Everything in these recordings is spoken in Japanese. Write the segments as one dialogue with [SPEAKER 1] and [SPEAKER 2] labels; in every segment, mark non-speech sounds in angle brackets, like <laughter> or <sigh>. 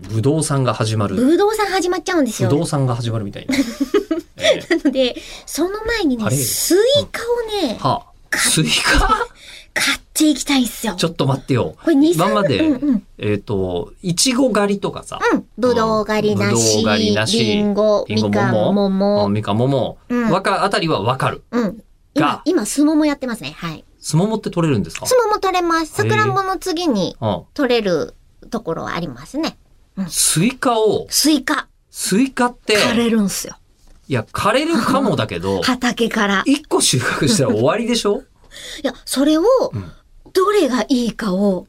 [SPEAKER 1] ぶどうさんが始まる。
[SPEAKER 2] ぶどうさん始まっちゃうんです
[SPEAKER 1] ぶ
[SPEAKER 2] よ。
[SPEAKER 1] どうさんが始まるみたいな。え
[SPEAKER 2] なので、その前に
[SPEAKER 1] あ
[SPEAKER 2] ね、
[SPEAKER 1] れ
[SPEAKER 2] スイカをね
[SPEAKER 1] ー、はあ、スイカ
[SPEAKER 2] 買っていきたいんですよ。
[SPEAKER 1] ちょっと待ってよ。
[SPEAKER 2] これ2、3
[SPEAKER 1] 今まで、
[SPEAKER 2] うんうん。
[SPEAKER 1] えっ、と、いちご狩りとかさ、
[SPEAKER 2] うん。ぶどう狩りな
[SPEAKER 1] ぶど
[SPEAKER 2] し、
[SPEAKER 1] う狩りなし
[SPEAKER 2] りんご、
[SPEAKER 1] りんご
[SPEAKER 2] みかん、
[SPEAKER 1] 桃あ
[SPEAKER 2] 桃。
[SPEAKER 1] みかんもも、
[SPEAKER 2] うん
[SPEAKER 1] わか、あたりはわかる。
[SPEAKER 2] うん。
[SPEAKER 1] が
[SPEAKER 2] 今、今、スモもやってますね。はい。
[SPEAKER 1] すももって取れるんですか
[SPEAKER 2] スモも取れます。
[SPEAKER 1] へ
[SPEAKER 2] さ
[SPEAKER 1] え
[SPEAKER 2] くらんぼの次に
[SPEAKER 1] うん。
[SPEAKER 2] 取れるところはありますね。
[SPEAKER 1] スイカを、
[SPEAKER 2] スイカ、
[SPEAKER 1] スイカって、
[SPEAKER 2] 枯れるんすよ。
[SPEAKER 1] いや、枯れるかもだけ <laughs> ど、
[SPEAKER 2] 畑から。い
[SPEAKER 1] 一個収穫したら終わりでしょ
[SPEAKER 2] や、それを
[SPEAKER 1] うん、
[SPEAKER 2] どれがいいかを、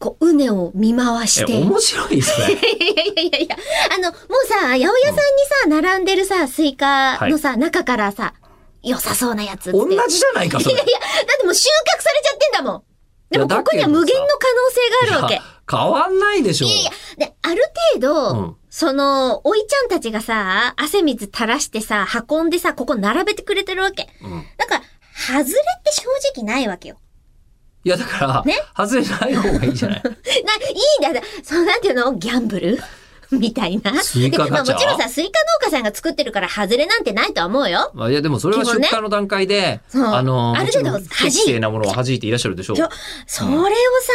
[SPEAKER 2] こう、うねを見回し
[SPEAKER 1] え、
[SPEAKER 2] て。
[SPEAKER 1] 面白いです <laughs> ね。
[SPEAKER 2] いやいやいやいや、あの、もうさ、八百屋さんにさ、並んでるさ、スイカのさ、中からさ、良さそうなやつって。
[SPEAKER 1] 同
[SPEAKER 2] いやいや、だっ
[SPEAKER 1] じじゃないか、それ。
[SPEAKER 2] てもう収穫されちゃってんだもん。でも
[SPEAKER 1] いや
[SPEAKER 2] ここには
[SPEAKER 1] だけどさ
[SPEAKER 2] 無限の可能性があるわけ。
[SPEAKER 1] いや変わんないでしょ。
[SPEAKER 2] いやいや、で、ある程度、
[SPEAKER 1] うん
[SPEAKER 2] その、おいちゃんたちがさ、汗水垂らしてさ、運んでさ、ここ並べてくれてるわけ。
[SPEAKER 1] うん
[SPEAKER 2] だから、外れって正直ないわけよ。
[SPEAKER 1] いや、だから、
[SPEAKER 2] ね
[SPEAKER 1] 外れない方がいいじゃない。
[SPEAKER 2] な、いいんだよ。そう、なんていうのギャンブルみたいな。
[SPEAKER 1] スイカ
[SPEAKER 2] でまあ
[SPEAKER 1] ガチャ
[SPEAKER 2] もちろんさ、スイカ農家さんが作ってるから、外れなんてないとは思うよ。
[SPEAKER 1] まあ、いや、でもそれは
[SPEAKER 2] 基
[SPEAKER 1] 出
[SPEAKER 2] 本ね
[SPEAKER 1] 荷の段階で、
[SPEAKER 2] そう
[SPEAKER 1] あの、
[SPEAKER 2] ある
[SPEAKER 1] もち
[SPEAKER 2] 程度
[SPEAKER 1] ろん不適正なものを弾いていらっしゃるでしょう
[SPEAKER 2] ち。ょ、それをさ、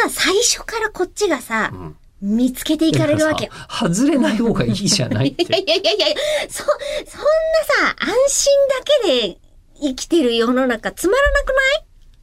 [SPEAKER 2] 最初からこっちがさ、
[SPEAKER 1] うん
[SPEAKER 2] 見つけていかれるわけよ。
[SPEAKER 1] だからさ外れない方がいいじゃないっ
[SPEAKER 2] いや
[SPEAKER 1] て。
[SPEAKER 2] いやいやいやそ、そんなさ、安心だけで生きてる世の中つまらなく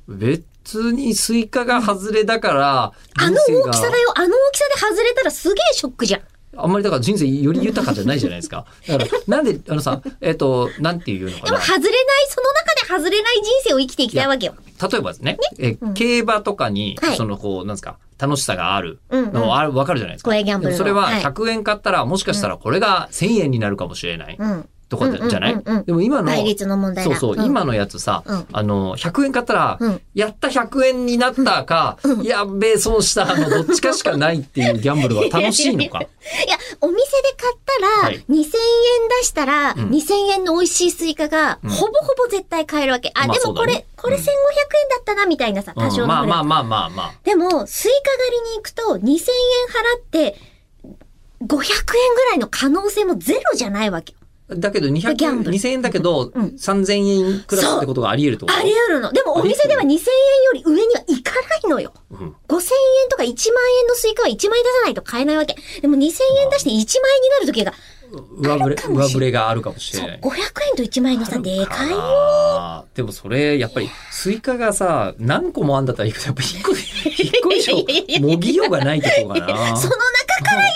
[SPEAKER 2] ない
[SPEAKER 1] 別にスイカが外れだから、
[SPEAKER 2] あの
[SPEAKER 1] 人生
[SPEAKER 2] 大
[SPEAKER 1] が
[SPEAKER 2] きさだよ。あの大きさで外れたらすげえショックじゃん。
[SPEAKER 1] あんまりだから人生より豊かじゃないじゃないですか。だから、なんで、あのさ、えっ、と、なんていうのか
[SPEAKER 2] でも
[SPEAKER 1] な。
[SPEAKER 2] 外れない、その中で外れない人生を生きていきたいわけよ。
[SPEAKER 1] 例えばですね、え
[SPEAKER 2] うん
[SPEAKER 1] 競馬とかに、
[SPEAKER 2] はい
[SPEAKER 1] そのこう、なんですか、楽しさがある
[SPEAKER 2] うん、うん。
[SPEAKER 1] のはある、わかるじゃないですか。
[SPEAKER 2] 公営ギャンブ
[SPEAKER 1] で
[SPEAKER 2] ル
[SPEAKER 1] も
[SPEAKER 2] の。
[SPEAKER 1] それはい100円買ったら、もしかしたらこれが1000円になるかもしれない
[SPEAKER 2] うん。
[SPEAKER 1] とかじゃな
[SPEAKER 2] う
[SPEAKER 1] い
[SPEAKER 2] んうんうんうん
[SPEAKER 1] でも今の、
[SPEAKER 2] 倍率の問題
[SPEAKER 1] そう
[SPEAKER 2] だ。
[SPEAKER 1] そう、
[SPEAKER 2] ん、
[SPEAKER 1] 今のやつさ、
[SPEAKER 2] うん
[SPEAKER 1] あの、100円買ったら、
[SPEAKER 2] うん
[SPEAKER 1] やった100円になったか、
[SPEAKER 2] うん
[SPEAKER 1] やっべえ、損したの、どっちかしかないっていうギャンブルは楽しいのか。
[SPEAKER 2] いや、お店で買ったら、
[SPEAKER 1] はい
[SPEAKER 2] 2000円出したら、
[SPEAKER 1] うん
[SPEAKER 2] 2000円の美味しいスイカが、
[SPEAKER 1] うん
[SPEAKER 2] ほぼほぼ絶対買えるわけ。あ、
[SPEAKER 1] まあ
[SPEAKER 2] でもこれ、
[SPEAKER 1] そうだね
[SPEAKER 2] これ1500
[SPEAKER 1] うん
[SPEAKER 2] 円だったな、みたいなさ、多
[SPEAKER 1] う
[SPEAKER 2] 少
[SPEAKER 1] ん
[SPEAKER 2] の
[SPEAKER 1] ま
[SPEAKER 2] 触
[SPEAKER 1] あ
[SPEAKER 2] れ、
[SPEAKER 1] まあまあまあまあ。
[SPEAKER 2] でも、スイカ狩りに行くと、2000円払って、500円ぐらいの可能性もゼロじゃないわけ。
[SPEAKER 1] だけど200
[SPEAKER 2] ギャンブル
[SPEAKER 1] 2000円だけど、
[SPEAKER 2] うん
[SPEAKER 1] 3000円クラスってことがあり得るってこと
[SPEAKER 2] あり得るの。でもお店では2000円より上にはいかないのよ。
[SPEAKER 1] うん
[SPEAKER 2] 5000円とか1万円のスイカは1枚出さないと買えないわけ。でも2000円出して1万円になる時が、
[SPEAKER 1] 上振れ、
[SPEAKER 2] かもしれない
[SPEAKER 1] 上振れがあるかもし
[SPEAKER 2] そう、
[SPEAKER 1] れな
[SPEAKER 2] 500
[SPEAKER 1] い。
[SPEAKER 2] 円と1万円の
[SPEAKER 1] あ
[SPEAKER 2] さ、
[SPEAKER 1] る
[SPEAKER 2] でかいよ。
[SPEAKER 1] なでもそれ、やっぱり、スイカがさ、何
[SPEAKER 2] <laughs>
[SPEAKER 1] 個もあんだったらいいけど、やっぱ一個、一個以上、もぎようがないってことかな。
[SPEAKER 2] その中から